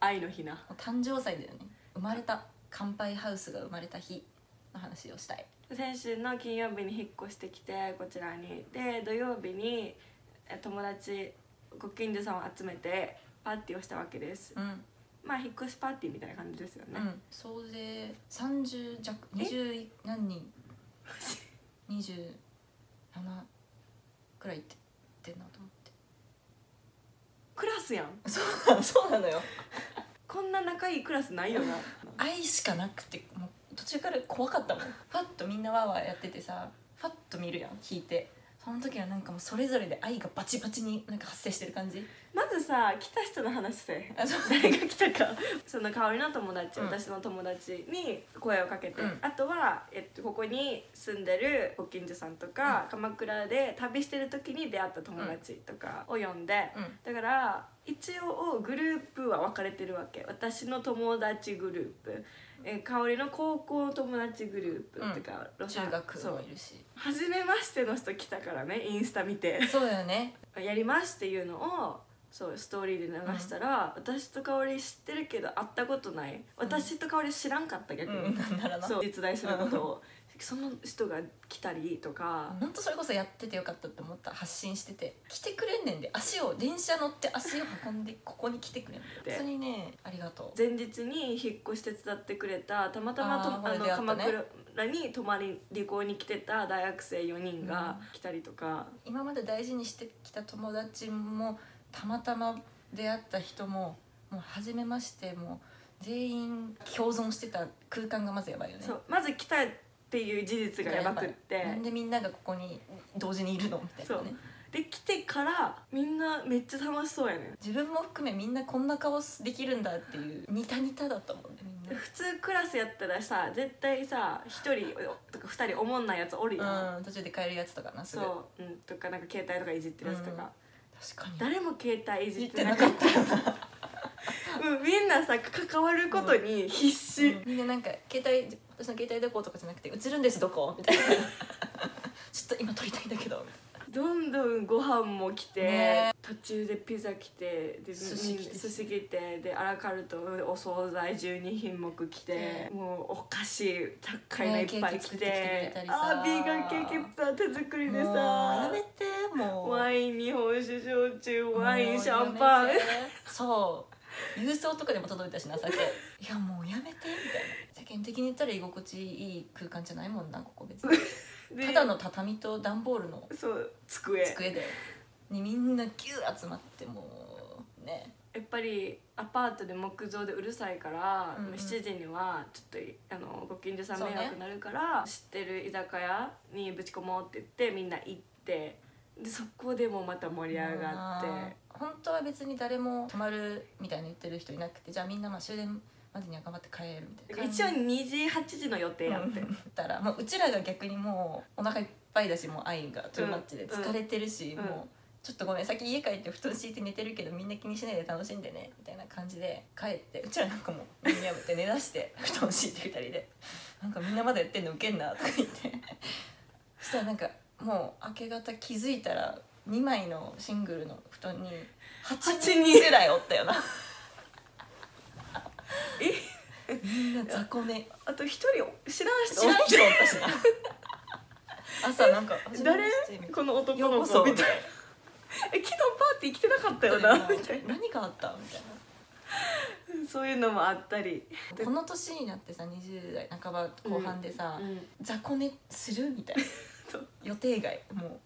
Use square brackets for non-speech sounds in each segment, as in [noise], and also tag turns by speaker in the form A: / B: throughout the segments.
A: 愛の日な
B: 誕生祭だよね生まれた乾杯ハウスが生まれた日の話をしたい
A: 先週の金曜日に引っ越してきてこちらにで土曜日にえ友達ご近所さんを集めてパーティーをしたわけです
B: うん、
A: まあ引っ越しパーティーみたいな感じですよ
B: う
A: ね、
B: ん、総勢30弱
A: え
B: 20何人27くらいいって言ってんなと思って
A: クラスやん
B: そう [laughs] なのそうなのよ
A: こんな仲いいクラスない [laughs] よな
B: 愛しかなくてもう途中から怖かったもんパッとみんなワーワーやっててさパッと見るやん聞いてその時はなんかもうそれぞれで愛がバチバチになんか発生してる感じ
A: まずさ来た人の話せえへん
B: あそう
A: 誰が来たかその香りの友達、
B: うん
A: 私の友達に声をかけて、
B: うん
A: あとは、えっと、ここに住んでるご近所さんとか、鎌倉で旅してる時に出会った友達とかを呼んで、
B: うん
A: だから一応グループは分かれてるわけ私の友達グループえ香りの高校友達グループとか、ロシア
B: 中学
A: そ
B: も
A: う
B: いるし
A: 初めましての人来たからねインスタ見て。
B: そうだよね
A: やりますっていうのをそうストーリーで流したら、私と香り知ってるけど会ったことない私と香り知らんかった
B: う
A: 逆に、
B: んなんならな
A: そう実在することを、その人が来たりとか、
B: 本当それこそやっててよかったって思った発信してて来てくれんねんで足を電車乗って足を運ん [laughs] でここに来てくれんねん
A: で
B: 本当にねありがとう
A: 前日に引っ越し手伝ってくれたたまたまと
B: あー
A: あ
B: これ
A: の
B: 出会った
A: 鎌
B: ね
A: 倉に泊まり旅行に来てた大学生4人が来たりとか、
B: 今まで大事にしてきた友達もたまたま出会った人ももう初めましてもう全員共存してた空間がまずやばいよね
A: そうまず来たっていう事実がやばくって。
B: なんでみんながここに同時にいるのみたいなね
A: で来てからみんなめっちゃ楽しそうやねん
B: 自分も含めみんなこんな顔できるんだっていうニタニタだったもんねみんな
A: 普通クラスやったらさ絶対さ1人とか2人おもんないやつおるやん、
B: うん、途中で帰るやつとかなすぐ
A: そう、うん、とかなんか携帯とかいじってるやつとか、
B: 確かに
A: 誰も携帯いじ
B: 言
A: っ
B: ってて
A: な
B: な
A: か
B: か
A: っ
B: ったたよな
A: うん、みんなさ関わることに必死、
B: みんななんか携帯私の携帯どことかじゃなくて映るんですどこみ
A: [laughs]
B: たいなちょっと今撮りたいんだけど
A: どんどんご飯も来て、
B: ね
A: 途中でピザ来てで
B: 寿司来て
A: うん寿司来てでアラカルトお惣菜12品目来て、
B: ね
A: もうお菓子高いのいっぱい来て,、
B: ねケーキ作ってきてくれたりさ
A: あービーガンケーキさ手作りで
B: もう
A: さ
B: やめてもう
A: ワイン日本酒焼酎ワイ
B: も
A: ン
B: う
A: シャンパン
B: やめてそう郵送とかでも届いたしな酒いやもうやめてみたいな世間的に言ったら居心地いい空間じゃないもんなここ別
A: [laughs]
B: に
A: で
B: ただの畳と段ボールの
A: そう机
B: 机
A: [laughs]
B: でにみんなギュー集まってもうね
A: やっぱりアパートで木造でうるさいから、
B: うんうん
A: 7時にはちょっとあのご近所さん
B: そうね
A: 迷惑になるから、知ってる居酒屋にぶち込もうって言ってみんな行ってでそこでもまた盛り上がって
B: 本当は別に誰も泊まるみたいに言ってる人いなくてじゃあみんなまあ終電までには頑張って帰るみたいな
A: 一応2時8時の予定やって、
B: うんたら、まあ、うちらが逆にもうお腹いっぱいだしもう愛がトゥーマッチで疲れてるし、
A: うん
B: もうちょっとごめん先家帰って布団敷いて寝てるけどみんな気にしないで楽しんでねみたいな感じで帰ってうちらなんかもうみんなやめて寝だして [laughs] 布団敷いて二人でなんかみんなまだやってんのウケんなとか言って [laughs] そしたらなんかもう明け方気づいたら2枚のシングルの布団に8人ぐらいおった [laughs] よなみんな雑魚寝
A: あと1人知らん
B: 知らん人おったしな朝なんか
A: 知らん誰
B: 初めまして
A: この男
B: よう
A: の
B: こそ
A: 子
B: み
A: みた
B: た
A: い
B: い
A: なえ昨日パーティー来てなかったよなみたいな
B: な何があったみたい
A: [laughs]
B: な
A: そういうのもあったりで
B: この年になってさ20代半ば後半でさ、
A: うん
B: 雑魚寝するみた
A: [laughs]
B: い
A: そ
B: な
A: う
B: 予定外もう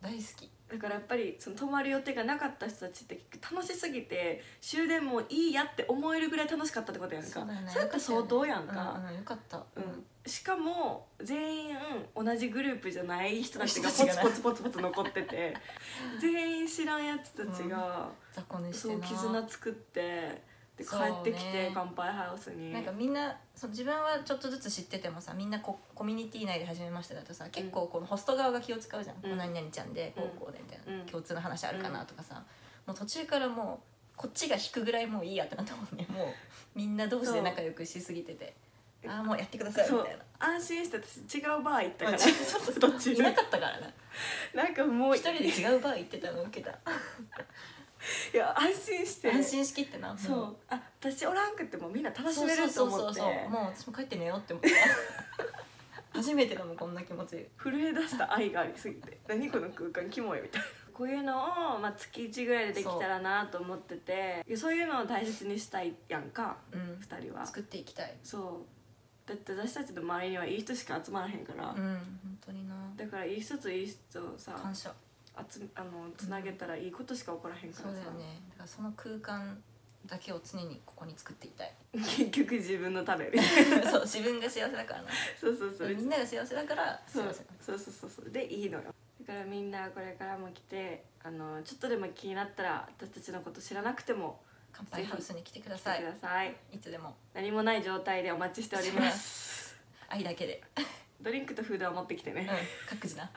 B: 大好き
A: だからやっぱりその泊まる予定がなかった人たちって結構楽しすぎて終電もいいやって思えるぐらい楽しかったってことやんか
B: そうだよね
A: れって相当や
B: うんん
A: か、
B: うんよかった、
A: うんしかも全員同じグループじゃない人たちが
B: 人
A: ポ
B: たち
A: ツ
B: が
A: ポツポツポツ残って
B: [laughs]
A: て全員知らんやつたちが、
B: 雑魚寝して
A: そう
B: な
A: 絆作ってで帰
B: そうね
A: ってきて乾杯ハウスに
B: なんかみんなその自分はちょっとずつ知っててもさみんなこコミュニティ内で始めましただとさ結構このホスト側が気を使うじゃん、
A: うん
B: こう何々ちゃんで
A: う
B: こ
A: ん
B: うこうでみたいな、
A: うん
B: 共通の話あるかなとかさ、もう途中からもうこっちが引くぐらいもういいやってなったもんねもうみんな同士で仲良くしすぎてて
A: そう
B: ああもうやってくださいみ
A: そう
B: たいな。
A: 安心して私違うバー行ったから
B: まあ
A: [laughs]
B: ちょっと
A: 途中
B: いなかったからな
A: なんかもう
B: 一人で違うバー行ってたの受けた
A: いや安心して
B: 安心しきってな
A: そう、
B: も
A: あ私おらんくてもみんな楽
B: う
A: し
B: そう
A: め
B: そう
A: ると
B: そう
A: 思って
B: そうそうもう私も帰って寝ようって思った初めてだもんこんな気持ち
A: 震え出した愛がありすぎ [laughs] て何この空間キモいみたいなこういうのを、まあ、月1ぐらいでできたらなと思ってていやそういうのを大切にしたいやんか
B: うん
A: 2人は
B: 作っていきたい
A: そうだって私たちの周りにはいい人しか集まらへんから、
B: うん本当にな
A: だからいい人といい人をさ
B: 感謝
A: 集めあのつなげたらいいことしか起こらへんか
B: そ
A: ら
B: うだ
A: さ
B: よ、ねだからその空間だけを常にここに作っていた
A: [laughs]
B: い
A: [laughs] 結局自分のた [laughs] めみたいな
B: そう自分が幸せだからな
A: そうそうそう
B: みんなが幸せだから
A: そ
B: 幸
A: う
B: せ
A: そうそうそうそうでいいのよだからみんなこれからも来てあのちょっとでも気になったら私たちのこと知らなくても
B: 乾杯ハウスに来てくだ
A: 来て
B: さい
A: ください
B: いつでも
A: 何もない状態でお待ち
B: [laughs]
A: しております
B: 愛だけで、
A: [laughs] ドリンクとフードは持ってきて
B: うん
A: ね、、
B: 各自な